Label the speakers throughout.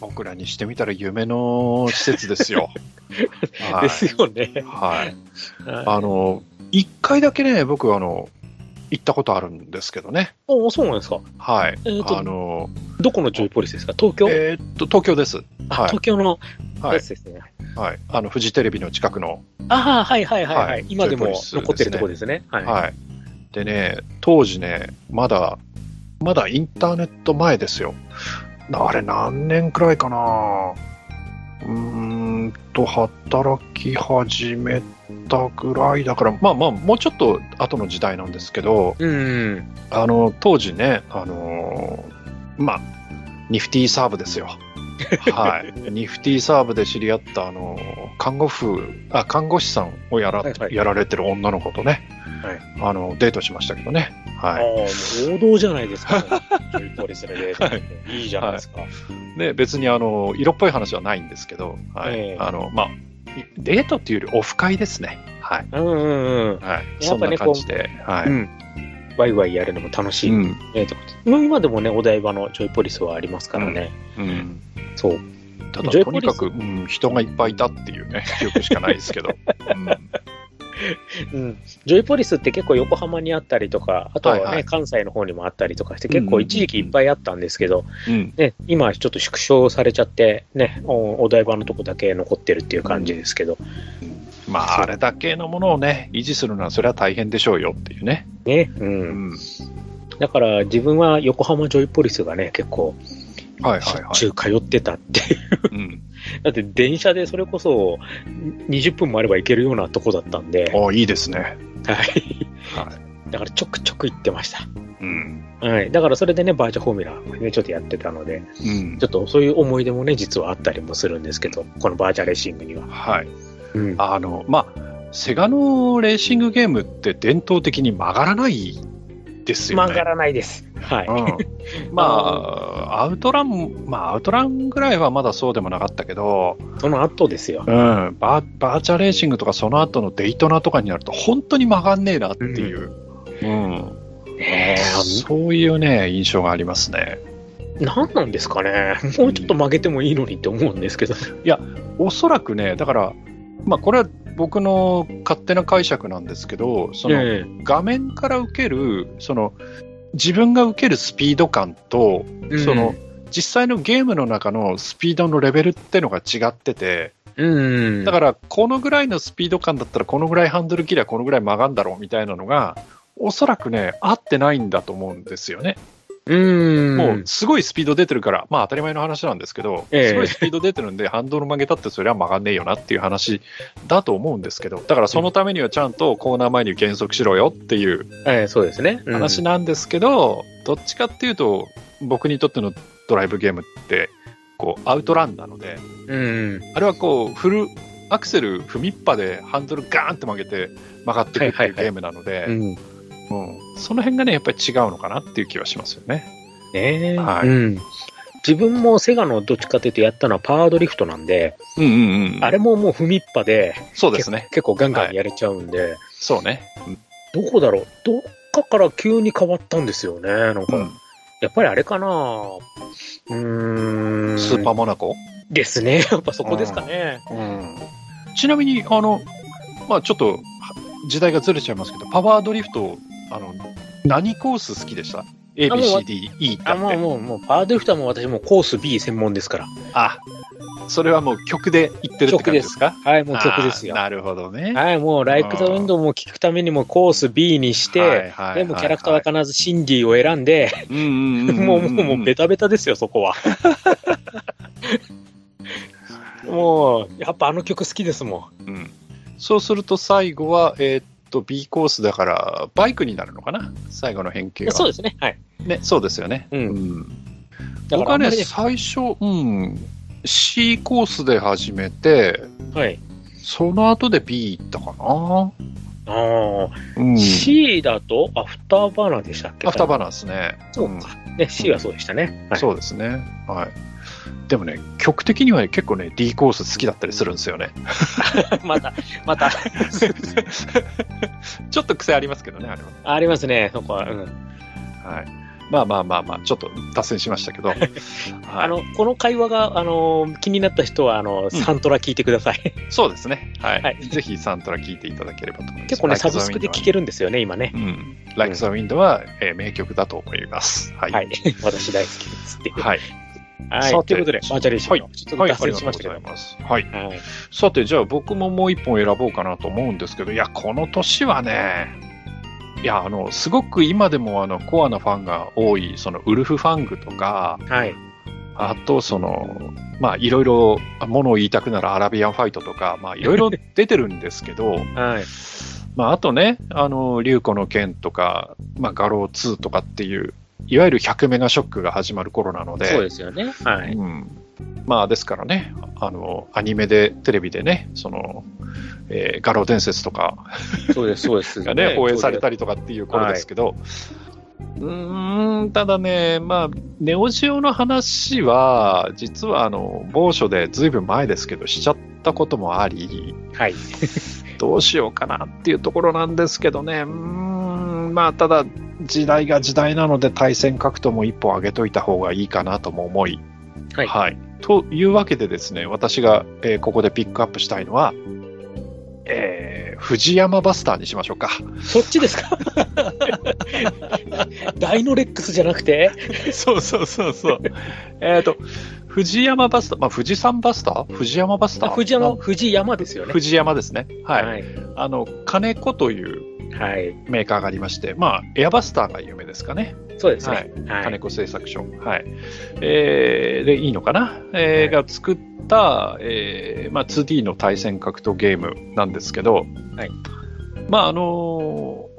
Speaker 1: 僕らにしてみたら夢の施設ですよ。は
Speaker 2: です
Speaker 1: い。
Speaker 2: よね。
Speaker 1: はい。
Speaker 2: あ
Speaker 1: あの、一回だけね、僕、あの、行ったことあるんですけどね。
Speaker 2: おそうなんですか。
Speaker 1: はい。
Speaker 2: えーと
Speaker 1: あの、
Speaker 2: どこのジョイポリスですか東京、
Speaker 1: えーっと、東京です。
Speaker 2: あ
Speaker 1: はい
Speaker 2: 東京の
Speaker 1: は
Speaker 2: や
Speaker 1: い
Speaker 2: つ。ですね。
Speaker 1: はい。あの、フジテレビの近くの。
Speaker 2: ああ、はいはいはい、はい、
Speaker 1: はい
Speaker 2: 今でも
Speaker 1: ジョイポリスですね
Speaker 2: 残ってるとこですね。はい。
Speaker 1: はい。でね、当時ね、まだ、まだインターネット前ですよ。なあれ、何年くらいかなうーんと、働き始めたぐらいだから、まあまあ、もうちょっと後の時代なんですけど、
Speaker 2: うん。
Speaker 1: あの、当時ね、あのーまあ、ニフティーサーブです よ。はい。ニフティーサーブで知り合った、あのー看護婦、あ、看護師さんをやら、
Speaker 2: はいはい
Speaker 1: やられてる女の子とね、
Speaker 2: はい
Speaker 1: あの、デートしましたけどね。
Speaker 2: あ
Speaker 1: は
Speaker 2: あ、もう王道じゃな いですか、ジョイポリスのデートって
Speaker 1: はい
Speaker 2: いいじゃないですか。
Speaker 1: い。で、別に、あの、色っぽい話はないんですけど、はい。
Speaker 2: ええ
Speaker 1: あの、まあ、いデートっていうよりオフ会ですね。はい。
Speaker 2: うんうんうん。
Speaker 1: はい。
Speaker 2: や
Speaker 1: そ
Speaker 2: っ
Speaker 1: ん
Speaker 2: ぱ
Speaker 1: な
Speaker 2: ね
Speaker 1: 感じで、は
Speaker 2: う
Speaker 1: い。
Speaker 2: ん。ワイワイやるのも楽しい、ね
Speaker 1: ん。
Speaker 2: とかって今でもね、お台場のジョイポリスはありますからね。
Speaker 1: うん。
Speaker 2: そう。
Speaker 1: ただ、
Speaker 2: ジョイ
Speaker 1: と
Speaker 2: ポリ
Speaker 1: にか
Speaker 2: ス
Speaker 1: く、うん、人がいっぱいいたっていうね、記憶しかない ですけど。うん
Speaker 2: うん、ジョイポリスって結構横浜にあったりとか、あとはね、
Speaker 1: はいはい
Speaker 2: 関西の方にもあったりとかして、
Speaker 1: うんうん
Speaker 2: 結構一時期いっぱいあったんですけど、
Speaker 1: うん。
Speaker 2: ね、今はちょっと縮小されちゃって、ね、おお台場のとこだけ残ってるっていう感じですけど、
Speaker 1: ま
Speaker 2: そう
Speaker 1: あ、あれだけのものをね、維持するのは、それは大変でしょうよっていうね。
Speaker 2: ね、う。
Speaker 1: うんん。
Speaker 2: だから自分は横浜ジョイポリスがね、結構
Speaker 1: はい
Speaker 2: し
Speaker 1: は
Speaker 2: ょ
Speaker 1: い
Speaker 2: っ
Speaker 1: は
Speaker 2: ちゅう通ってたって いう。
Speaker 1: い。うん。
Speaker 2: だって電車でそれこそ20分もあれば行けるようなとこだったんで、
Speaker 1: おいいですね。
Speaker 2: はい。
Speaker 1: はい。
Speaker 2: だからちょくちょく行ってました。
Speaker 1: うん。
Speaker 2: はい。だからそれでね、バーチャフォーミュラーね、ちょっとやってたので、
Speaker 1: うん
Speaker 2: ちょ。っとそういう思い出もね、実はあったりもするんですけど、このバーチャレーシングには。
Speaker 1: はい。
Speaker 2: うん。
Speaker 1: あの、まあ、セガのレーシングゲームって伝統的に曲がらないですよ
Speaker 2: 曲
Speaker 1: ね。
Speaker 2: がらないです。はい。
Speaker 1: うん、まあ、アウトラン、まあ、アウトランぐらいはまだそうでもなかったけど、
Speaker 2: その後ですよ
Speaker 1: う。ん、バーバーチャレーシングとかその後のデイトナとかになると、本当に曲がんねえなっていう、うん、
Speaker 2: ね
Speaker 1: そういうね、印象がありますね。
Speaker 2: え、なんなんですかね。もうちょっと曲げてもいいのにって思うんですけど。
Speaker 1: おそらくね、だから、まあ、これは僕の勝手な解釈なんですけど、その
Speaker 2: え
Speaker 1: 画面から受ける、その自分が受けるスピード感と、
Speaker 2: え
Speaker 1: その、実際のゲームの中のスピードのレベルってのが違ってて、
Speaker 2: うん。
Speaker 1: だから、このぐらいのスピード感だったら、このぐらいハンドル切りゃこのぐらい曲がんだろうみたいなのが、おそらくね、合ってないんだと思うんですよね。
Speaker 2: ら、うん。
Speaker 1: もうすごいスピード出てるから、まあ当たり前の話なんですけど、
Speaker 2: ええ
Speaker 1: すごいスピード出てるんで、ハンドル曲げたってそれは曲がんねえよなっていう話だと思うんですけど、だからそのためにはちゃんとコーナー前に減速しろよっていう
Speaker 2: ええそうですね。うん
Speaker 1: 話なんですけど、どっちかっていうと、僕にとってのドライブゲームって、こうアウトランなので、
Speaker 2: うん。
Speaker 1: あれはこうフルアクセル踏みっぱでハンドルガーンって曲げて曲がってくって
Speaker 2: はいいうはいはい
Speaker 1: ゲームなの
Speaker 2: う
Speaker 1: で、
Speaker 2: ん。ね
Speaker 1: うんその辺がね、やっぱり違うのかなっていう気はしますよね。
Speaker 2: え
Speaker 1: はい
Speaker 2: うん。自分もセガのどっちかというとやったのはパワードリフトなんで、
Speaker 1: うんうんうん。
Speaker 2: あれももう踏みっぱで、
Speaker 1: そうですね。
Speaker 2: 結構ガンガンやれちゃうんで、
Speaker 1: そうね。
Speaker 2: どこだろうどっかから急に変わったんですよね。なんか、
Speaker 1: うん
Speaker 2: やっぱりあれかなうーん。
Speaker 1: スーパーモナコ、
Speaker 2: ですね。やっぱそこですかね。
Speaker 1: ちなみに、あの、まあちょっと、は時代がずれちゃいますけど、パワードリフト、あの、何コース好きでした ?A、
Speaker 2: あも
Speaker 1: B、
Speaker 2: う
Speaker 1: C、D、E ってあ
Speaker 2: あ、
Speaker 1: っ
Speaker 2: もう、
Speaker 1: て。
Speaker 2: もう、もう、パワードリフトはもう私もうコース B 専門ですから。
Speaker 1: あ、それはもう曲で言ってるって感じですか
Speaker 2: はい、もう曲ですよ
Speaker 1: あ。なるほどね。
Speaker 2: はい、もう、ライク・ザ・ウィンドウも聞くためにもコース B にして、
Speaker 1: は
Speaker 2: でもキャラクターは必ずシンディを選んで、
Speaker 1: うんうんうんうん
Speaker 2: もう、もう、もう、ベタベタですよ、そ こは。もう、やっぱあの曲好きですもん。
Speaker 1: うんそうすると最後は、えーっと、B コースだから、バイクになるのかな最後の変形は。
Speaker 2: そうですね。はい。
Speaker 1: ね、そうですよね。
Speaker 2: うん
Speaker 1: ん
Speaker 2: だから
Speaker 1: 僕は
Speaker 2: あ
Speaker 1: ね、
Speaker 2: んまりね
Speaker 1: 最初、うん、C コースで始めて、
Speaker 2: はい。
Speaker 1: その後で B 行ったかな。
Speaker 2: あ
Speaker 1: うん
Speaker 2: あ、、C だと、アフターバーナーでしたっけ
Speaker 1: アフターバーナーですね。
Speaker 2: そうか。ね、C はそうでしたね。
Speaker 1: うん
Speaker 2: はい、
Speaker 1: そうですね。はい。でもね、曲的にはね結構ね、D コース好きだったりするんです よね。
Speaker 2: また、また、
Speaker 1: ちょっと癖ありますけどね、あれは。
Speaker 2: ありますね、そこは。うん。
Speaker 1: はい。まあまあまあまあ、ちょっと脱線しま したけど、はい、
Speaker 2: あのこの会話があの気になった人はあの、サントラ聞いてください。
Speaker 1: そうですね、はい
Speaker 2: はい
Speaker 1: ぜひサントラ聞いていただければと思います。
Speaker 2: 結構ね、サブスクで聞けるんですよね、今ね
Speaker 1: う。ん、Like the Wind は、えー名曲だと思います。はい。
Speaker 2: はい。 私大好きですっていう。
Speaker 1: はい。
Speaker 2: は
Speaker 1: さ
Speaker 2: い。
Speaker 1: て
Speaker 2: ということで、マーチャリーションの、ちょっと
Speaker 1: はい、
Speaker 2: 脱
Speaker 1: あり
Speaker 2: 線
Speaker 1: が
Speaker 2: し
Speaker 1: とう
Speaker 2: ましたけ
Speaker 1: ご
Speaker 2: ど
Speaker 1: ざい。ます。はい。
Speaker 2: はい
Speaker 1: さて、じゃあ僕ももう一本選ぼうかなと思うんですけど、いや、この年はね、いや、あの、すごく今でもあの、コアなファンが多い、その、ウルフファングとか、
Speaker 2: はい。
Speaker 1: あと、その、まあ、いろいろ、ものを言いたくならアラビアンファイトとか、まあ、いろいろ出てるんですけど、
Speaker 2: はい。
Speaker 1: まあ、あとね、あの、竜子の剣とか、まあ、画廊2とかっていう、いわゆる100メガショックが始まる頃なので、
Speaker 2: そうですよね。はい。
Speaker 1: うん、まあですからねあのアニメでテレビでねその、えー画廊伝説とか
Speaker 2: そうです、そうです。
Speaker 1: がね放映された
Speaker 2: り。
Speaker 1: りとかっていう頃ですけど、うーんただねまあネオジオの話は実はあの某所でずいぶん前ですけどしちゃったこともあり
Speaker 2: はい。
Speaker 1: どうしようかなっていうところなんですけどねうーんまあただ時代が時代なので対戦格闘も一本上げといた方がいいかなとも思い
Speaker 2: はい。
Speaker 1: はい。というわけでですね、私が、えーここでピックアップしたいのは、えー、藤山バスターにしましょうか。
Speaker 2: そっちですか ダイノレックスじゃなくて
Speaker 1: そうそうそうそう。 えっと、藤山バスター、まあ、富士山バスター藤山バスター
Speaker 2: 藤山、藤山ですよね。
Speaker 1: 藤山ですね。はい。
Speaker 2: はい。
Speaker 1: あの、金子という
Speaker 2: はい。
Speaker 1: メーカーがありまして、まあ、エアバスターが有名ですかね。
Speaker 2: そうです
Speaker 1: は
Speaker 2: ね
Speaker 1: い。
Speaker 2: は
Speaker 1: 金
Speaker 2: い。
Speaker 1: 子製作所。はい。えーで、いいのかな、えー
Speaker 2: は
Speaker 1: が作った、えーまあ、2D の対戦格闘ゲームなんですけど、
Speaker 2: はい
Speaker 1: まあ、あのー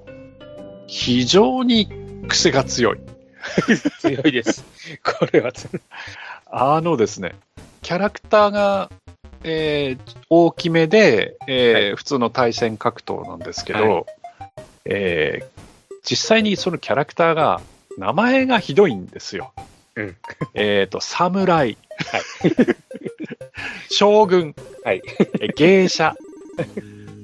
Speaker 1: 非常に癖が強い。
Speaker 2: 強いです。 これはつ、
Speaker 1: あのですね、キャラクターが、えー大きめで、えー
Speaker 2: は
Speaker 1: 普通の対戦格闘なんですけど、
Speaker 2: は
Speaker 1: えー実際にそのキャラクターが、名前がひどいんですよ。
Speaker 2: うん
Speaker 1: えっと、侍、 将軍、
Speaker 2: はい
Speaker 1: え芸者、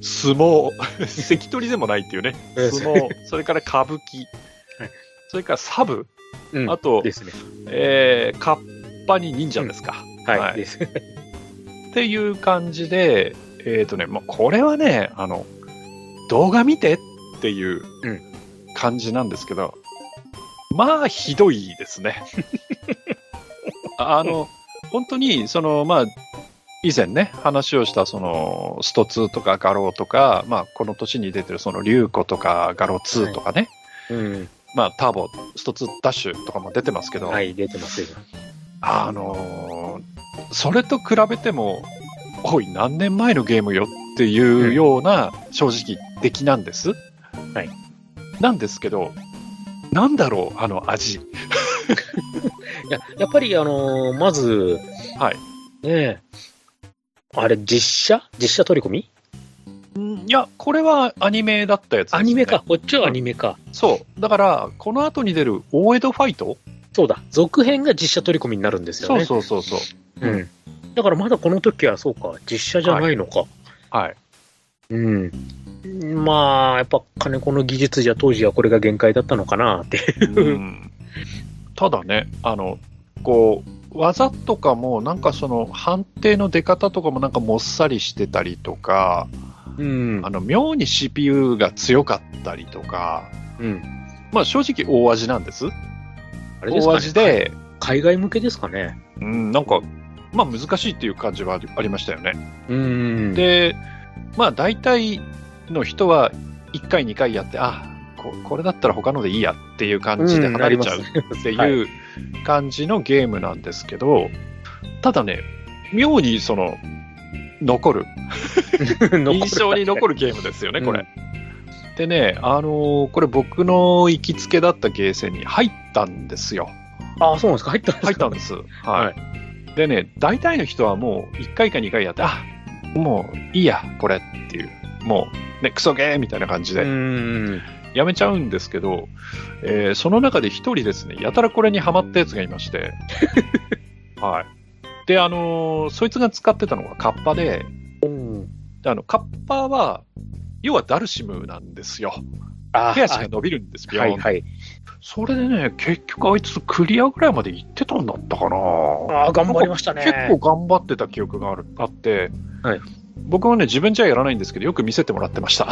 Speaker 1: 相撲、関取でもないっていうね、相撲、それから歌舞伎
Speaker 2: はい、
Speaker 1: それからサブ、
Speaker 2: うん
Speaker 1: あと、
Speaker 2: ですね。
Speaker 1: えーカッパに忍者ですか。
Speaker 2: はい。です。
Speaker 1: っていう感じで、えっ、とね、もうこれはね、あの、動画見てっていう
Speaker 2: うん
Speaker 1: 感じなんですけど、まあ、ひどいです ね。あの、本当に、その、まあ、以前ね、話をした、その、スト2とか画廊とか、まあ、この年に出てる、その、竜子とか画廊2とかね、
Speaker 2: うん。
Speaker 1: まあ、ターボ、スト2ダッシュとかも出てますけど、
Speaker 2: はい、出てますよ。
Speaker 1: あのーそれと比べても、おい、何年前のゲームよっていうような、正直、出来なんです。
Speaker 2: はい。
Speaker 1: なんですけど、なんだろう、あの味。
Speaker 2: いややっぱり、あのーまず、
Speaker 1: はい。
Speaker 2: ねえ、あれ、実写実写取り込み
Speaker 1: んいや、これはアニメだったやつです、ね。
Speaker 2: アニメか。。こっちはアニメか。
Speaker 1: そう。だから、この後に出る大江戸ファイト、
Speaker 2: そうだ。続編が実写取り込みになるんですよ
Speaker 1: そう
Speaker 2: ね。
Speaker 1: そうそうそう。
Speaker 2: うん。だからまだこの時はそうか、実写じゃないのか。
Speaker 1: はい。
Speaker 2: うん。まあ、やっぱ金子の技術じゃ当時はこれが限界だったのかなって。
Speaker 1: うん ただね、あの、こう、技とかも、なんかその、判定の出方とかもなんかもっさりしてたりとか、
Speaker 2: うん
Speaker 1: あの妙に CPU が強かったりとか、
Speaker 2: うん。
Speaker 1: まあ、正直大味なんです。
Speaker 2: あれですか、
Speaker 1: 大
Speaker 2: ね、
Speaker 1: 味で、
Speaker 2: 海外向けですかね。
Speaker 1: うん、なんか、まあ、難しいっていう感じはありありましたよね。
Speaker 2: うん。、
Speaker 1: で、まあ、大体の人は1回、2回やって、あここれだったら他のでいいやっていう感じで
Speaker 2: うん
Speaker 1: 離れちゃ
Speaker 2: あ
Speaker 1: う
Speaker 2: り
Speaker 1: って
Speaker 2: はい
Speaker 1: いう感じのゲームなんですけど、ただね、妙にその、残る印象に残
Speaker 2: る。
Speaker 1: るゲームですよね、
Speaker 2: うん
Speaker 1: これ。でね、あのーこれ僕の行きつけだったゲーセンに入ったんですよ。
Speaker 2: あそうなんですか。入ったんですか
Speaker 1: 入ったんです。は。
Speaker 2: はい
Speaker 1: でね、大体の人はもう1回か2回やって、あもういいや、これっていう。もう、ね、クソゲーみたいな感じ
Speaker 2: う
Speaker 1: で
Speaker 2: ん。
Speaker 1: やめちゃうんですけど、えーその中で1人ですね、やたらこれにハマったやつがいま して。はい。で、あのーそいつが使ってたのがカッパで、
Speaker 2: うん。
Speaker 1: であの、カッパーは、要はダルシムなんですよ。
Speaker 2: あ
Speaker 1: 手足が
Speaker 2: は
Speaker 1: 伸びるんです、ビヨーン
Speaker 2: いはい。
Speaker 1: それでね、結局あいつクリアぐらいまで行ってたんだったかな。
Speaker 2: ああ、頑張りましたね。
Speaker 1: 結構頑張ってた記憶があるあって、
Speaker 2: はい
Speaker 1: 僕はね、自分じゃやらないんですけど、よく見せてもらってま した。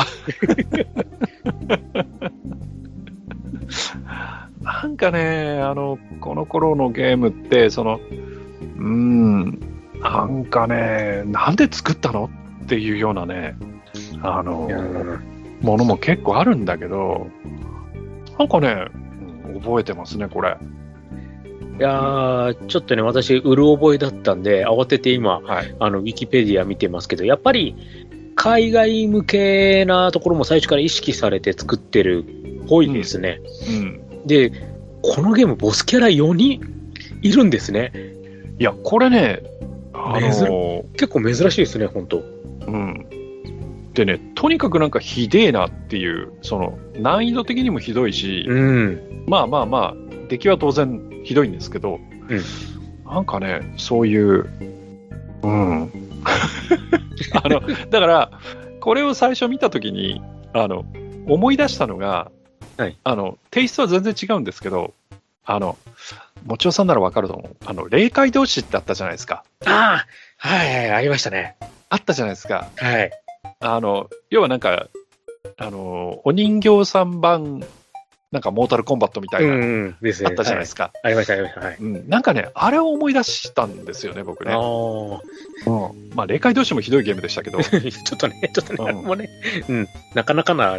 Speaker 1: なんかね、あの、この頃のゲームって、その、うーん、なんかね、なんで作ったのっていうようなね、あの、
Speaker 2: うん
Speaker 1: ものも結構あるんだけど、なんかね、うん覚えてますね、これ。
Speaker 2: いやーちょっとね、私、うる覚えだったんで、慌てて今、
Speaker 1: はい
Speaker 2: あの、ウィキペディア見てますけど、やっぱり、海外向けなところも最初から意識されて作ってるっぽいですね。
Speaker 1: うん、
Speaker 2: で、このゲーム、ボスキャラ4人いるんですね。
Speaker 1: いや、これね、あの、
Speaker 2: 結構珍しいですね、本当
Speaker 1: うん。でね、とにかくなんかひでえなっていう、その、難易度的にもひどいし、
Speaker 2: うん。
Speaker 1: まあまあまあ、出来は当然ひどいんですけど、なんかね、そういう、うん。 あの、だから、これを最初見たときに、あの、思い出したのが、
Speaker 2: はい
Speaker 1: あの、テイストは全然違うんですけど、あの、もちおさんならわかると思う。あの、霊界同士ってあったじゃないですか。
Speaker 2: ああはいはい、ありましたね。
Speaker 1: あったじゃないですか。
Speaker 2: はい。
Speaker 1: あの、要はなんか、あの、お人形さん版、なんかモータルコンバットみたいな、
Speaker 2: うん、ですね。
Speaker 1: あったじゃないです
Speaker 2: か。
Speaker 1: か。
Speaker 2: ありました、ありました。はい。
Speaker 1: うん、なんかね、あれを思い出したんですよね、僕ね
Speaker 2: あ。ー
Speaker 1: うんまあ、霊界同士もひどいゲームでしたけ ど、
Speaker 2: ちょっとね、ちょっとね、
Speaker 1: うん
Speaker 2: もうね、うん、なかなかな、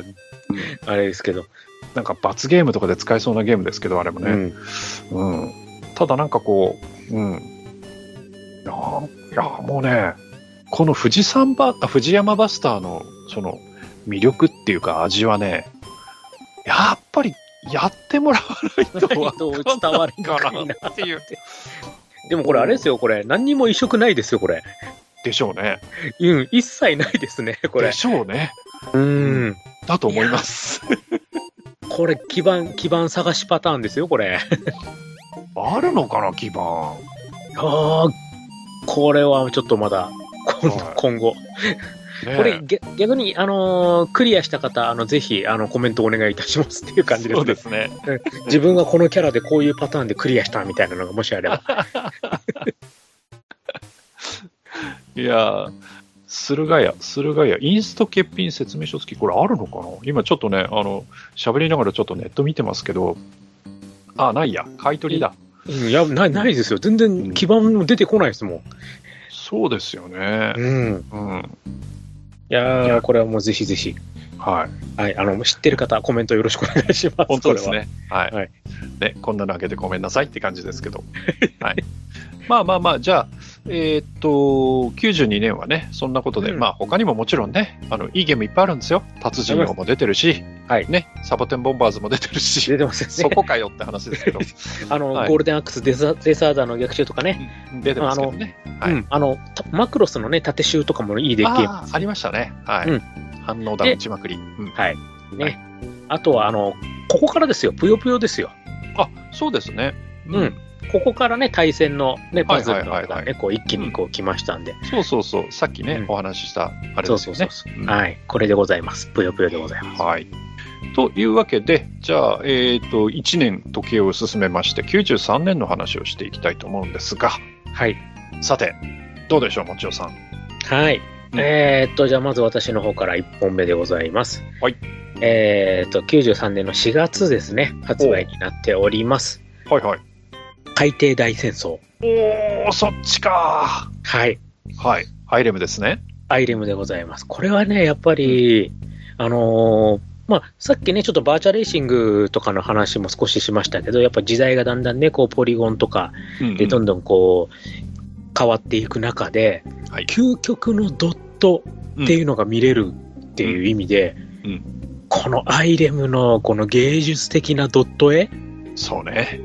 Speaker 2: あれですけど、
Speaker 1: なんか罰ゲームとかで使えそうなゲームですけど、あれも
Speaker 2: う
Speaker 1: ね。
Speaker 2: ん、
Speaker 1: うんただなんかこう、うん。なんいや、もうね、この富士山バあ富士山バスターの、その、魅力っていうか味はね、やっぱりやってもらわないとわ
Speaker 2: と伝わる
Speaker 1: か
Speaker 2: か
Speaker 1: んない
Speaker 2: な
Speaker 1: かなっていう。
Speaker 2: でもこれあれですよ、これ、何にも移植ないですよ、これ。
Speaker 1: でしょうね。
Speaker 2: うん、一切ないですね、これ
Speaker 1: で。しょうね。
Speaker 2: うん。
Speaker 1: だと思います。
Speaker 2: これ、基盤、基盤探しパターンですよ、こ れ。
Speaker 1: あるのかな、基盤。
Speaker 2: ああ、これはちょっとまだ、今
Speaker 1: はい
Speaker 2: 今後。
Speaker 1: ね
Speaker 2: これ、げ逆に、あのークリアした方、あの、ぜひ、あの、コメントお願いいたしますっていう感じです
Speaker 1: そう
Speaker 2: ね。
Speaker 1: ですね。
Speaker 2: 自分がこのキャラでこういうパターンでクリアしたみたいなのがもし あれば。
Speaker 1: いやー、駿河屋、駿河屋、インスト欠品説明書付き、これあるのかな今ちょっとね、あの、喋りながらちょっとネット見てますけど、あ、ないや、買い取りだ。
Speaker 2: うん、いや、ない、ないですよ。全
Speaker 1: ん
Speaker 2: 然、基盤も出てこないですもん。
Speaker 1: そうですよね。
Speaker 2: うん。
Speaker 1: うん。
Speaker 2: いやー、これはもうぜひぜひ。
Speaker 1: はい。
Speaker 2: はい、あの、知ってる方、コメントよろしくお願いします。
Speaker 1: 本当ですね。はい、
Speaker 2: はい
Speaker 1: ね、こんなのあげてごめんなさいって感じですけ ど。はい。まあまあまあ、じゃあ、えーっと、92年はね、そんなことで、
Speaker 2: うん
Speaker 1: まあ他にももちろんね、あの、いいゲームいっぱいあるんですよ。達人王も出てるし、
Speaker 2: はい
Speaker 1: ね、サボテンボンバーズも出てるし
Speaker 2: 出。てますよね。
Speaker 1: そこかよって話ですけ ど、
Speaker 2: あの、
Speaker 1: はい
Speaker 2: ゴールデンアックスデザデサーダーの逆襲とかね、
Speaker 1: 出てますけどね。はい
Speaker 2: うんあのたマクロスのね、縦集とかもいいでっけ
Speaker 1: あーありましたね。はい。
Speaker 2: うん
Speaker 1: 反応弾打ちまくり。うん
Speaker 2: ね。あとは、あの、ここからですよ、ぷよぷよですよ。
Speaker 1: あ、そうですね。
Speaker 2: うん。ここからね、対戦のね、パズルの
Speaker 1: はいは
Speaker 2: 方
Speaker 1: いは
Speaker 2: が
Speaker 1: いは
Speaker 2: ね、こう一気にこう来ましたんで。
Speaker 1: そうそうそう。さっきね、
Speaker 2: うん
Speaker 1: お話ししたあれ
Speaker 2: そう
Speaker 1: です
Speaker 2: そ
Speaker 1: よ
Speaker 2: うそ
Speaker 1: ね
Speaker 2: う。そう、
Speaker 1: うん
Speaker 2: はい。これでございます。ぷよぷよでございます。
Speaker 1: はい。というわけで、じゃあ、えっ、と、1年時計を進めまして、93年の話をしていきたいと思うんですが、
Speaker 2: はい。
Speaker 1: さて、どうでしょう、もちおさん。
Speaker 2: はい。
Speaker 1: うん
Speaker 2: えーっと、じゃあまず私の方から1本目でございます。
Speaker 1: はい。
Speaker 2: えーっと、93年の4月ですね、発売になっております。
Speaker 1: はいはい。
Speaker 2: 海底大戦争。
Speaker 1: おー、そっちか
Speaker 2: はい。
Speaker 1: はい。ハイレムですね。
Speaker 2: アイレムでございます。これはね、やっぱり、あのーまあ、さっきね、ちょっとバーチャレーシングとかの話も少ししましたけど、やっぱ時代がだんだんね、こう、ポリゴンとか
Speaker 1: うん
Speaker 2: で、どんどんこう、変わっていく中で、
Speaker 1: はい
Speaker 2: 究極のドットっていうのが見れるっていう意味で、
Speaker 1: うんうん
Speaker 2: このアイレムのこの芸術的なドット絵
Speaker 1: そうね。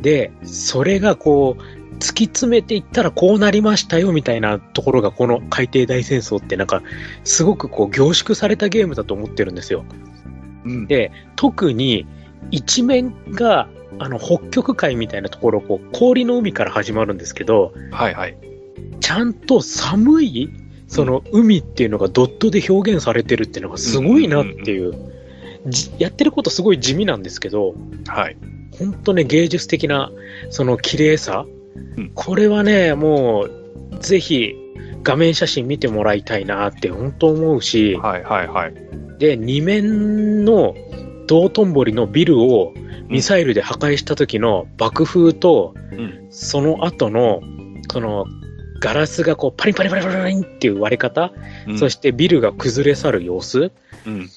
Speaker 2: で、それがこう、突き詰めていったらこうなりましたよみたいなところがこの海底大戦争ってなんかすごくこう凝縮されたゲームだと思ってるんですよ。
Speaker 1: うん
Speaker 2: で特に一面があの北極海みたいなところこう氷の海から始まるんですけど、
Speaker 1: はいはい。
Speaker 2: ちゃんと寒いその海っていうのがドットで表現されてるっていうのがすごいなっていう。じやってることすごい地味なんですけど、
Speaker 1: はい。
Speaker 2: 本当ね、芸術的な、その綺麗さ、
Speaker 1: うん
Speaker 2: これはね、もう、ぜひ、画面写真見てもらいたいなって本当思うし、
Speaker 1: はいはいはい。
Speaker 2: で、二面の道頓堀のビルをミサイルで破壊した時の爆風と、
Speaker 1: ん
Speaker 2: その後の、その、ガラスがこうパリンパリンパリンパリンっていう割れ方、
Speaker 1: うん
Speaker 2: そしてビルが崩れ去る様子、
Speaker 1: うん。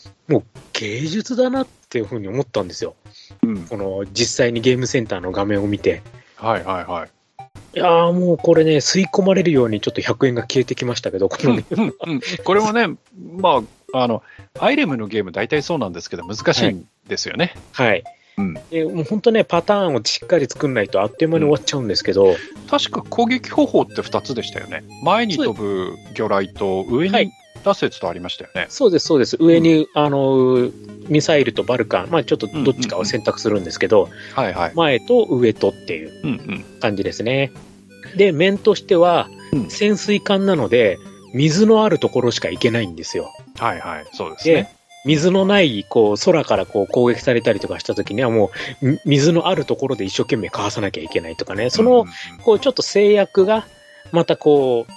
Speaker 2: 芸術だなっていうふうに思ったんですよ。
Speaker 1: うん。
Speaker 2: この実際にゲームセンターの画面を見て。
Speaker 1: はいはいはい。
Speaker 2: いやーもうこれね、吸い込まれるようにちょっと100円が消えてきましたけど、このね、
Speaker 1: うんうんこれはね、まあ、あの、アイレムのゲーム大体そうなんですけど、難しいんですよね。
Speaker 2: はい。
Speaker 1: うん
Speaker 2: でもう本当ね、パターンをしっかり作んないとあっという間に終わっちゃうんですけど、
Speaker 1: 確か攻撃方法って2つでしたよね。前に飛ぶ魚雷と上
Speaker 2: は
Speaker 1: に
Speaker 2: い
Speaker 1: 出すやつとありましたよね。
Speaker 2: そうです、そうです。上に、あの、ミサイルとバルカン、まあちょっとどっちかを選択するんですけど、
Speaker 1: はいはい。
Speaker 2: 前と上とっていう
Speaker 1: うんうん。
Speaker 2: 感じですね。で、面としては
Speaker 1: うん、
Speaker 2: 潜水艦なので、水のあるところしか行けないんですよ。
Speaker 1: はいはい。そうです
Speaker 2: で
Speaker 1: ね。、
Speaker 2: 水のない、こう、空からこう攻撃されたりとかした時にはもう、み水のあるところで一生懸命かわさなきゃいけないとかね、そ
Speaker 1: うん
Speaker 2: の
Speaker 1: うん、うん
Speaker 2: こう、ちょっと制約が、またこう、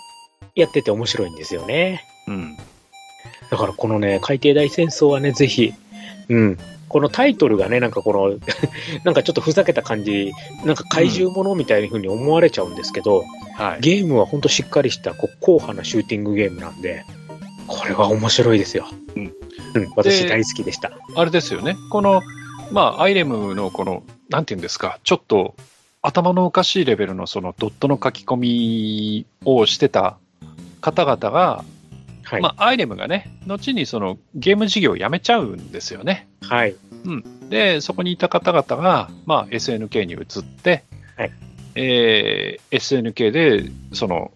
Speaker 2: やってて面白いんですよね。
Speaker 1: うん。
Speaker 2: だからこのね、海底大戦争はね、ぜひ、うん。このタイトルがね、なんかこの、 なんかちょっとふざけた感じ、なんか怪獣ものみたいな風に思われちゃうんですけど、
Speaker 1: はい。
Speaker 2: ゲームはほんとしっかりした、こう、硬派なシューティングゲームなんで、これは面白いですよ。
Speaker 1: うん。
Speaker 2: うん、私大好きでした。
Speaker 1: あれですよね。この、まあ、アイレムのこの、なんていうんですか、ちょっと頭のおかしいレベルのそのドットの書き込みをしてた方々が、
Speaker 2: はい。
Speaker 1: まあ、アイレムがね、後にそのゲーム事業をやめちゃうんですよね。
Speaker 2: はい。
Speaker 1: で、そこにいた方々が、まあ、SNK に移って、
Speaker 2: はい
Speaker 1: えー SNK で、その、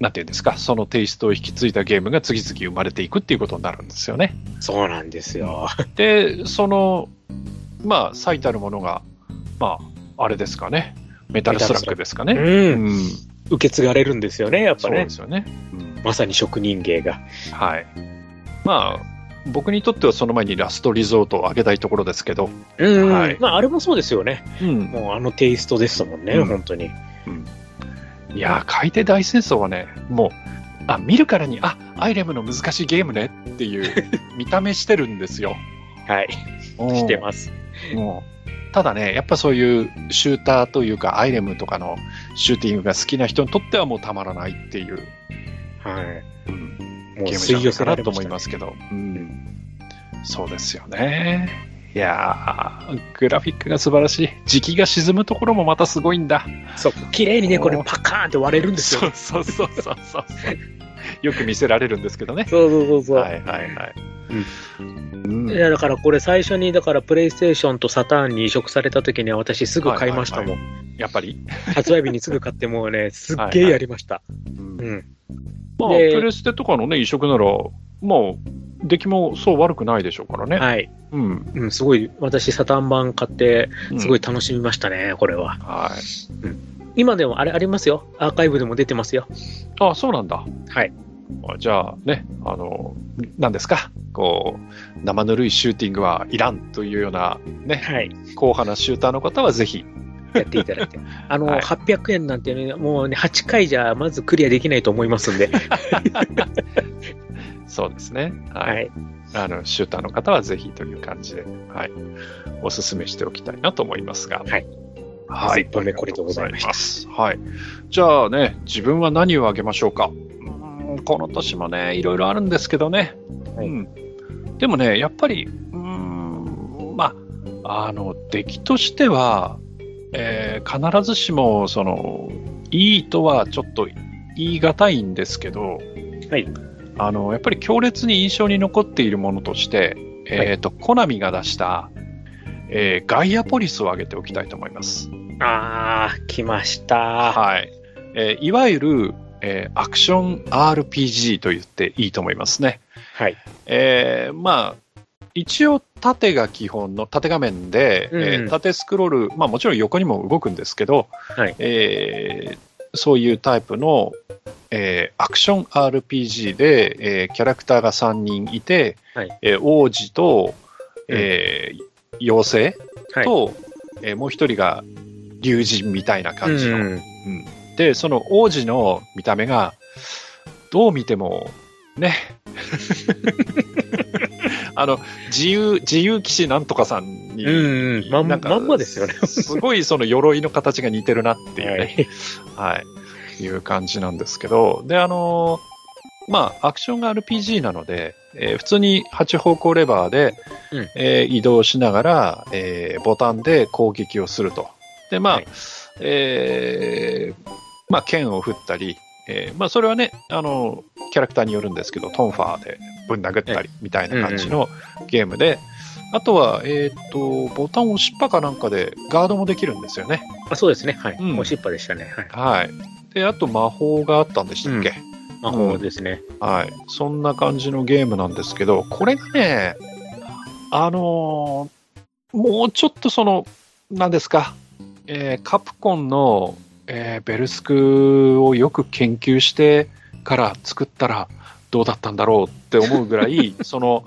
Speaker 1: なんていうんですか、そのテイストを引き継いだゲームが次々生まれていくっていうことになるんですよね。
Speaker 2: そうなんですよ。
Speaker 1: で、その、まあ、最たるものが、まあ、あれですかね、メタルスラックですか
Speaker 2: う。
Speaker 1: ね。うんん、
Speaker 2: 受け継がれるんですよね、やっぱ
Speaker 1: そうで
Speaker 2: ね。
Speaker 1: すよね。うん
Speaker 2: まさに職人芸が。
Speaker 1: はい。まあ、僕にとってはその前にラストリゾートを上げたいところですけど、
Speaker 2: うん。
Speaker 1: はい
Speaker 2: まあ、あれもそうですよね。
Speaker 1: うん、
Speaker 2: もうあのテイストですもんね、
Speaker 1: うん
Speaker 2: 本当に。
Speaker 1: いやー、海底大戦争はね、もう、あ、見るからに、あ、アイレムの難しいゲームねっていう 見た目してるんですよ。
Speaker 2: はい。してます。
Speaker 1: す。もうただね、やっぱそういうシューターというか、アイレムとかのシューティングが好きな人にとってはもうたまらないっていう
Speaker 2: はい。
Speaker 1: うん
Speaker 2: も
Speaker 1: ゲー
Speaker 2: う
Speaker 1: ム
Speaker 2: 吸
Speaker 1: じゃ
Speaker 2: い
Speaker 1: な
Speaker 2: 寄
Speaker 1: いか
Speaker 2: せ
Speaker 1: な
Speaker 2: られ
Speaker 1: と
Speaker 2: まし
Speaker 1: 思
Speaker 2: た
Speaker 1: い
Speaker 2: ね
Speaker 1: ますけど、うん、そうですよね。いやー、グラフィックが素晴らしい。時期が沈むところもまたすごいんだ。
Speaker 2: そう。綺麗にね、これ
Speaker 1: おー
Speaker 2: パカーンって割れるんですよ。
Speaker 1: そうそうそうそうそう。 よく見せられるんですけどね。
Speaker 2: そうそうそうそう。
Speaker 1: はいはいはい。うん
Speaker 2: いやだからこれ最初にだからプレイステーションとサターンに移植された時には私すぐ買いましたも
Speaker 1: は
Speaker 2: ん、
Speaker 1: やっぱり、
Speaker 2: 発売日にすぐ買ってもうねすっ
Speaker 1: は
Speaker 2: げ
Speaker 1: いは
Speaker 2: え
Speaker 1: い
Speaker 2: やりました、うん
Speaker 1: まあ、プ
Speaker 2: で
Speaker 1: レステとかのね、移植なら、まあ、出来もそう悪くないでしょうからね。
Speaker 2: はい、
Speaker 1: うん。
Speaker 2: うん、すごい私サターン版買ってすご
Speaker 1: う
Speaker 2: い
Speaker 1: ん。
Speaker 2: 楽しみましたね、これは
Speaker 1: はい。
Speaker 2: 今でもあれありますよアーカイブでも出てますよ
Speaker 1: あ、そうなんだ。
Speaker 2: はい
Speaker 1: あ。じゃあね、あの、何ですか、こう、生ぬるいシューティングはいらんというような、ね、
Speaker 2: はい
Speaker 1: 硬派なシューターの方はぜひ、
Speaker 2: やっていただ いてあの、
Speaker 1: はい
Speaker 2: 800円なんてねもうね8回じゃまずクリアできないと思います んで
Speaker 1: そうですね。は。
Speaker 2: はいい
Speaker 1: あの、シューターの方はぜひという感じで、はい。おすすめしておきたいなと思いますが。
Speaker 2: はい。
Speaker 1: は
Speaker 2: 一
Speaker 1: い。
Speaker 2: 本目これでございました
Speaker 1: す。はい。じゃあね、自分は何をあげましょうか。うーんこの年もね、いろいろあるんですけどね。
Speaker 2: はい
Speaker 1: うん。でもね、やっぱり、うーん、まあ、あの、出来としては、えー必ずしも、その、いいとはちょっと言い難いんですけど、
Speaker 2: はい
Speaker 1: あの、やっぱり強烈に印象に残っているものとして、えっ、と、コナミが出した、えーガイアポリスを挙げておきたいと思います。
Speaker 2: あー来ました
Speaker 1: はい。えーいわゆる、えーアクション RPG と言っていいと思いますね。
Speaker 2: はい
Speaker 1: えーまあ、一応縦が基本の縦画面で、えー
Speaker 2: うん
Speaker 1: 縦スクロール、まあもちろん横にも動くんですけど、
Speaker 2: はい
Speaker 1: えーそういうタイプの、えーアクション RPG で、えーキャラクターが3人いて、
Speaker 2: はい
Speaker 1: えー王子と、えー妖精
Speaker 2: はい。
Speaker 1: と、えーもう一人が竜神みたいな感じの、
Speaker 2: うん
Speaker 1: で、その王子の見た目が、どう見ても、ね。 あの、自由、自由騎士なんとかさんに、
Speaker 2: うんうん。まん
Speaker 1: な
Speaker 2: ま
Speaker 1: んか
Speaker 2: まんまですよね。
Speaker 1: すごいその鎧の形が似てるなっていう
Speaker 2: は
Speaker 1: ね、
Speaker 2: い。
Speaker 1: はい、いう感じなんですけど、で、あのーまあ、アクションが RPG なので、えー普通に8方向レバーで、
Speaker 2: うん
Speaker 1: えー移動しながら、えーボタンで攻撃をすると。で、まあ、
Speaker 2: はい
Speaker 1: えーまあ、剣を振ったり、えーまあ、それはね、あのキャラクターによるんですけど、トンファーでぶん殴ったりみたいな感じのゲームで、あとは、えっ、と、ボタン押しっぱかなんかでガードもできるんですよね。
Speaker 2: あそうですね。はい。
Speaker 1: うん
Speaker 2: おしっぱでしたね。は
Speaker 1: は
Speaker 2: い。
Speaker 1: い。で、あと魔法があったんでしたっけ、
Speaker 2: 魔法ですね。
Speaker 1: はい。そんな感じのゲームなんですけど、これがね、あのーもうちょっとその、なんですか、えーカプコンの、えーベルスクをよく研究してから作ったらどうだったんだろうって思うぐら い、その、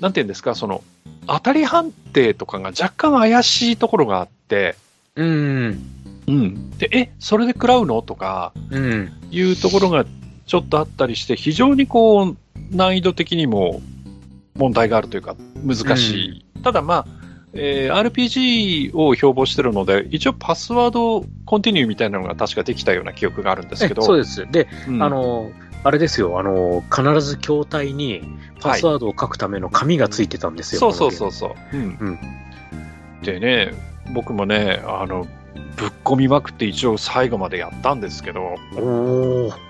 Speaker 1: なんていうんですか、その、当たり判定とかが若干怪しいところがあって、
Speaker 2: うん。
Speaker 1: うん。で、え、それで食らうのとか、
Speaker 2: うん。
Speaker 1: いうところがちょっとあったりして、非常にこう、難易度的にも問題があるというか、難しい。ただまあ、えー RPG を標榜してるので、一応パスワードコンティニューみたいなのが確かできたような記憶があるんですけど、
Speaker 2: えそうです。で、
Speaker 1: うん
Speaker 2: あの、あれですよ、あの、必ず筐体にパスワードを書くための紙がついてたんですよ。
Speaker 1: そうそう
Speaker 2: このゲー
Speaker 1: そう
Speaker 2: ム
Speaker 1: そう。うん
Speaker 2: うん
Speaker 1: でね、僕もね、あの、ぶっ込みまくって一応最後までやったんですけど、
Speaker 2: おー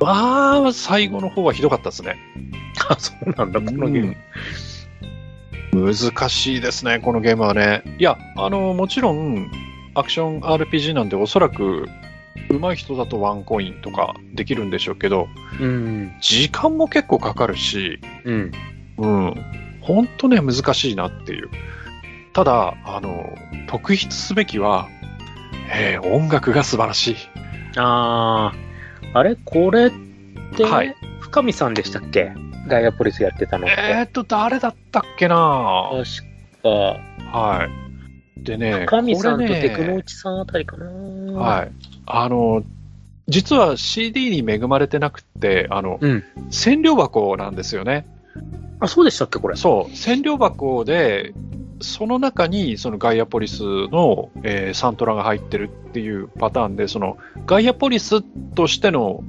Speaker 1: まあ、最後の方はひどかったですね。
Speaker 2: あ、そうなんだ、このゲーム。
Speaker 1: うん難しいですね、このゲームはね。いや、あの、もちろん、アクション RPG なんで、おそらく、上手い人だとワンコインとかできるんでしょうけど、
Speaker 2: うん。
Speaker 1: 時間も結構かかるし、
Speaker 2: うん。
Speaker 1: うん、ほんとね、難しいなっていう。ただ、あの、特筆すべきは、えー音楽が素晴らしい。
Speaker 2: あー、あれこれって、
Speaker 1: はい
Speaker 2: 深見さんでしたっけガイアポリスやってたのって。
Speaker 1: えー、っと、誰だったっけなは
Speaker 2: 確
Speaker 1: い。でね、
Speaker 2: か、深見さん
Speaker 1: こ
Speaker 2: と
Speaker 1: れね
Speaker 2: テクノウチさんあたりかな。。
Speaker 1: はいい。あの、実は CD に恵まれてなくって、あの、
Speaker 2: うん
Speaker 1: 千両箱なんですよね。
Speaker 2: あ、そうでしたっけ、これ。
Speaker 1: そう、千両箱で、その中にそのガイアポリスの、えーサントラが入ってるっていうパターンで、そのガイアポリスとしての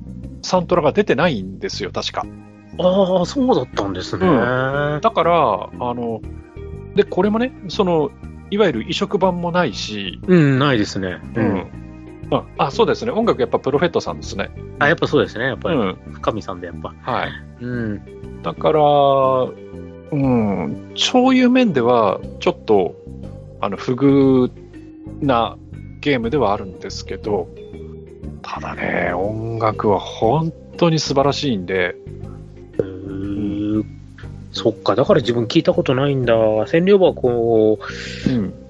Speaker 1: サントラが出てないんですよ、確か。
Speaker 2: ああ、そうだったんですね。
Speaker 1: う
Speaker 2: うん。
Speaker 1: だから、あの、で、これもね、その、いわゆる移植版もないし、
Speaker 2: ないですね。う。
Speaker 1: うんん。ああ、そうですね。音楽やっぱプロフェットさんですね。
Speaker 2: あ、やっぱそうですね。やっぱ
Speaker 1: う
Speaker 2: り、
Speaker 1: ん。
Speaker 2: 深見さんでやっぱ。
Speaker 1: はい。
Speaker 2: うん。
Speaker 1: だから、うん、そういう面では、ちょっと、あの、不遇なゲームではあるんですけど、ただね、音楽は本当に素晴らしいんで、
Speaker 2: うーんそっか、だから自分聞いたことないんだ。千両箱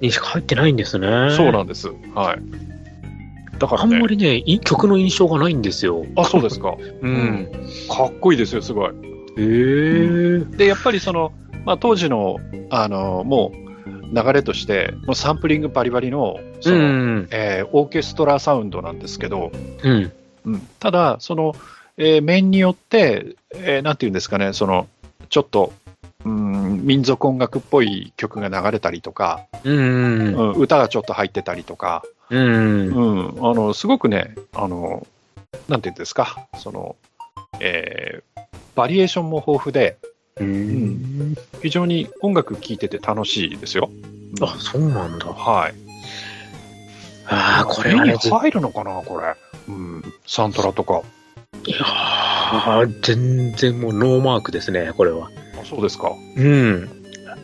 Speaker 2: にしか入ってないんですね。
Speaker 1: そうなんです。はい。だから
Speaker 2: あん
Speaker 1: ね
Speaker 2: ま、りね、い曲の印象がないんですよ。
Speaker 1: あ、そうですか。
Speaker 2: うん。
Speaker 1: かっこいいですよ、すごい。
Speaker 2: へえ。
Speaker 1: で、やっぱりその、まあ、当時の、あの、もう、流れとして、もうサンプリングバリバリの、その、
Speaker 2: うん。
Speaker 1: えーオーケストラサウンドなんですけど、
Speaker 2: うん。
Speaker 1: ただ、その、えー面によって、えーなんていうんですかね、その、ちょっと、うん、民族音楽っぽい曲が流れたりとか、
Speaker 2: うん。
Speaker 1: うん歌がちょっと入ってたりとか、
Speaker 2: うん。
Speaker 1: うん、あの、すごくね、あの、なんていうんですか、その、えーバリエーションも豊富で、
Speaker 2: うん。
Speaker 1: 非常に音楽聴いてて楽しいですよ。
Speaker 2: あ、そうなんだ。
Speaker 1: はい。
Speaker 2: ああ、これは
Speaker 1: 目
Speaker 2: ね
Speaker 1: に、入るのかな、これ。うん、サントラとか。
Speaker 2: いやー全然もうノーマークですね、これは。
Speaker 1: あそうですか。
Speaker 2: うん。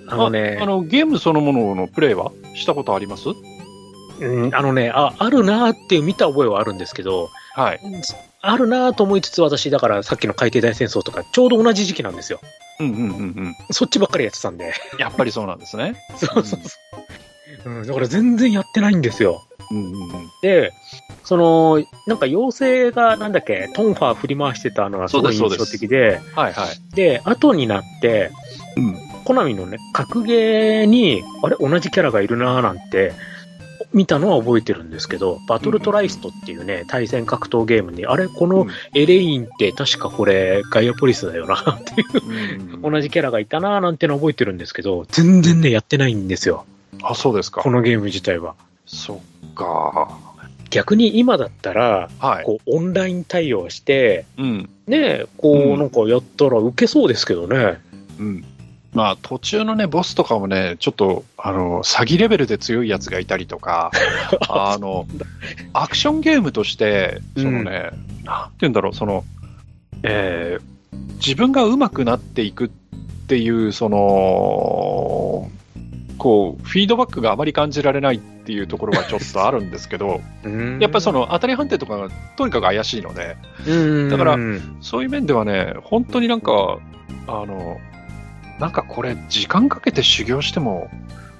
Speaker 2: あのね
Speaker 1: あ、あの、ゲームそのもののプレイはしたことあります
Speaker 2: うんあのね、あ、あるなーって見た覚えはあるんですけど、
Speaker 1: はい。
Speaker 2: あるなぁと思いつつ私、だからさっきの海底大戦争とかちょうど同じ時期なんですよ。
Speaker 1: うんうんうんうん。
Speaker 2: そっちばっかりやってたんで。
Speaker 1: やっぱりそうなんですね。
Speaker 2: そうそうそう。うん、だから全然やってないんですよ。
Speaker 1: うんうんうん。
Speaker 2: で、その、なんか妖精がなんだっけ、トンファー振り回してたのがすごい
Speaker 1: そう
Speaker 2: 印
Speaker 1: です
Speaker 2: 象的で、
Speaker 1: はいはい。
Speaker 2: で後になって、
Speaker 1: うん。
Speaker 2: コナミのね、格ゲーに、あれ、同じキャラがいるなーなんて、見たのは覚えてるんですけど、バトルトライストっていうね、対戦格闘ゲームに、あれ、このエレインって確かこれ、ガイアポリスだよな っていう、
Speaker 1: うん
Speaker 2: 同じキャラがいたなーなんてのは覚えてるんですけど、全然ね、やってないんですよ。
Speaker 1: あ、そうですか
Speaker 2: こ。のゲーム自体は。
Speaker 1: そっか。
Speaker 2: 逆に今だったら、
Speaker 1: はい。
Speaker 2: こう、オンライン対応して、
Speaker 1: うん。
Speaker 2: ねえ、こう、
Speaker 1: うん
Speaker 2: なんかやったら受けそうですけどね。
Speaker 1: うん。まあ、途中のね、ボスとかもね、ちょっと、あの、詐欺レベルで強いやつがいたりとか、 あの、アクションゲームとして、そのね、なんて言うんだろう、その、えー自分が上手くなっていくっていう、その、こう、フィードバックがあまり感じられないっていうところはちょっとあるんですけど、
Speaker 2: うん
Speaker 1: やっぱりそ、の当たり判定とかがとにかく怪しいので、
Speaker 2: うん
Speaker 1: だから
Speaker 2: うん
Speaker 1: そういう面ではね、本当になんか、あの、なんかこれ、時間かけて修行しても、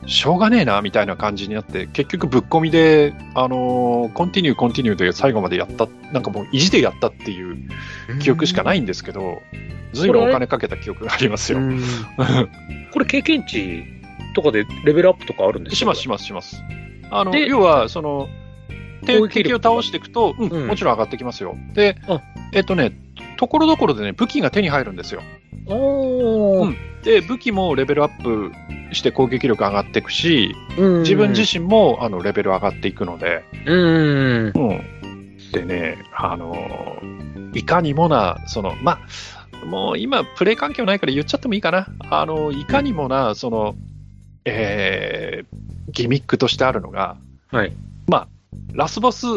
Speaker 1: しょうがねえな、みたいな感じになって、結局ぶっ込みで、あの、コンティニュー、コンティニューで最後までやった、なんかもう意地でやったっていう記憶しかないんですけど、ずいぶんお金かけた記憶がありますよ。
Speaker 2: うん これ経験値とかでレベルアップとかあるんです
Speaker 1: しますしますします。あの、
Speaker 2: で
Speaker 1: 要は、その、て
Speaker 2: 攻撃力
Speaker 1: 敵を倒していくと、うん
Speaker 2: うん
Speaker 1: もちろん上がってきますよ。で
Speaker 2: あ、
Speaker 1: えっとね、ところどころでね、武器が手に入るんですよ。
Speaker 2: す。おー
Speaker 1: で武器もレベルアップして攻撃力上がっていくし
Speaker 2: うん
Speaker 1: 自分自身もあのレベル上がっていくので、
Speaker 2: うん。
Speaker 1: でねあのいかにもなそのまあもう今プレイ環境ないから言っちゃってもいいかなあのいかにもなそのえーギミックとしてあるのが、
Speaker 2: はい
Speaker 1: まあラスボス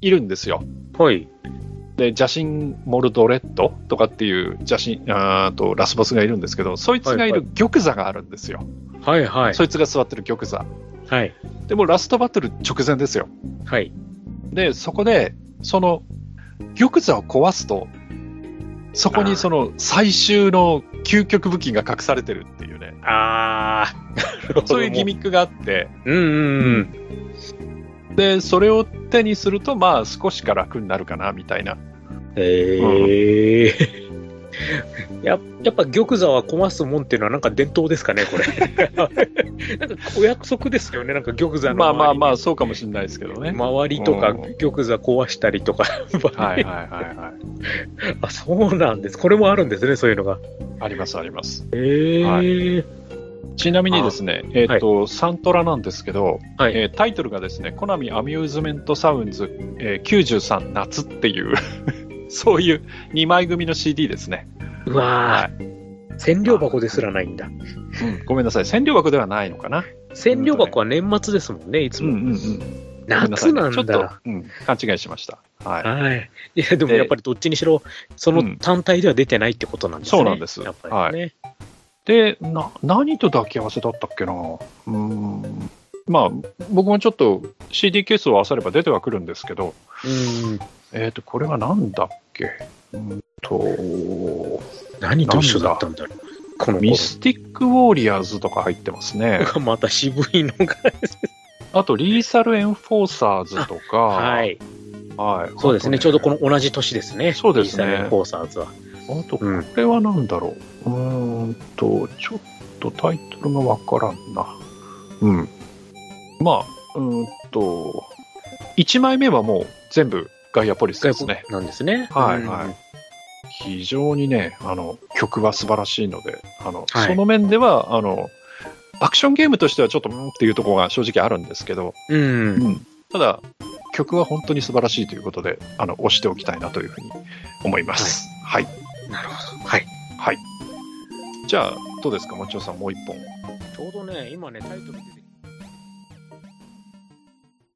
Speaker 1: いるんですよ
Speaker 2: はい。
Speaker 1: で邪神モルドレッドとかっていう邪神あーとラスボスがいるんですけどそいつがいる玉座があるんですよ、
Speaker 2: はいはい。
Speaker 1: そいつが座ってる玉座。
Speaker 2: はい。
Speaker 1: でもラストバトル直前ですよ。
Speaker 2: はい。
Speaker 1: で、そこで、その、玉座を壊すと、そこ
Speaker 2: あ
Speaker 1: に
Speaker 2: ー
Speaker 1: その最終の究極武器が隠されてるっていうね、
Speaker 2: あ ー。
Speaker 1: そういうギミックがあって、
Speaker 2: ック。 うんうん
Speaker 1: で、それを手にすると、まあ少しか楽になるかな、みたいな。
Speaker 2: うん。へえ。 ややっぱ玉座は壊すもんっていうのはなんか伝統ですかね、こ れ。 なんかお約束ですよね、なんか玉座の周りに。
Speaker 1: まあまあまあ、そうかもしれないですけどね。
Speaker 2: 周りとか
Speaker 1: うん
Speaker 2: 玉座壊したり とか、
Speaker 1: はいはいはいはい。
Speaker 2: あそうなんです。これもあるんですね、そういうのが。
Speaker 1: ありますあります。
Speaker 2: へえ
Speaker 1: ちなみにですね、えっ、と、サントラなんですけど、
Speaker 2: はい
Speaker 1: えータイトルがですね、コナミアミューズメントサウンズ、えー93夏っていう、 そういう2枚組の CD ですね。
Speaker 2: うわ
Speaker 1: は
Speaker 2: ぁ、千両箱ですらないんだ。
Speaker 1: い。うんごめんなさい、千両箱ではないのかな。
Speaker 2: 千両箱は年末ですもんね、いつ
Speaker 1: うん
Speaker 2: も。
Speaker 1: うんうん。
Speaker 2: 夏なん
Speaker 1: ごめさいね
Speaker 2: だ。
Speaker 1: ちょっと、うん、勘違いしました。はい。
Speaker 2: はい。いや、でもやっぱりどっちにしろ、その単体では出てないってことなんですね。
Speaker 1: うんそうなんです
Speaker 2: やっぱりね。
Speaker 1: で、な、何と抱き合わせだったっけなうーん。まあ、僕もちょっと CD ケースを漁れば出てはくるんですけど、
Speaker 2: うん。
Speaker 1: えっ、と、これはなんだっけうんと、
Speaker 2: 何と一緒だったんだろう。この
Speaker 1: ミ
Speaker 2: ミ
Speaker 1: スティック・ウォーリアーズとか入ってます ね。
Speaker 2: がまた渋いのが。
Speaker 1: あと、リーサル・エンフォーサーズとか、
Speaker 2: は。い。
Speaker 1: はい、
Speaker 2: そうですね。
Speaker 1: あ
Speaker 2: ちょうどこの同じ年ですね。
Speaker 1: そうですね
Speaker 2: リーサルフォーサーズは。
Speaker 1: の。あと、こ
Speaker 2: うん。
Speaker 1: れはなんだろう。うーんと、ちょっとタイトルがわからんな。うん。まあ、うーんと、1枚目はもう全部ガイアポリスですね。
Speaker 2: なんですね。
Speaker 1: はい
Speaker 2: うん
Speaker 1: はい非常にね、あの、曲は素晴らしいので、あの、
Speaker 2: はい
Speaker 1: その面では、あの、アクションゲームとしてはちょっと、うんっていうところが正直あるんですけど、
Speaker 2: うん。
Speaker 1: ただ、曲は本当に素晴らしいということで、あの、押しておきたいなというふうに思います。はい。
Speaker 2: なるほど。はい。
Speaker 1: はい。じゃあ、どうですか、もちおさん、もう一本。
Speaker 2: ちょうどね、今ね、タイトル出てきて。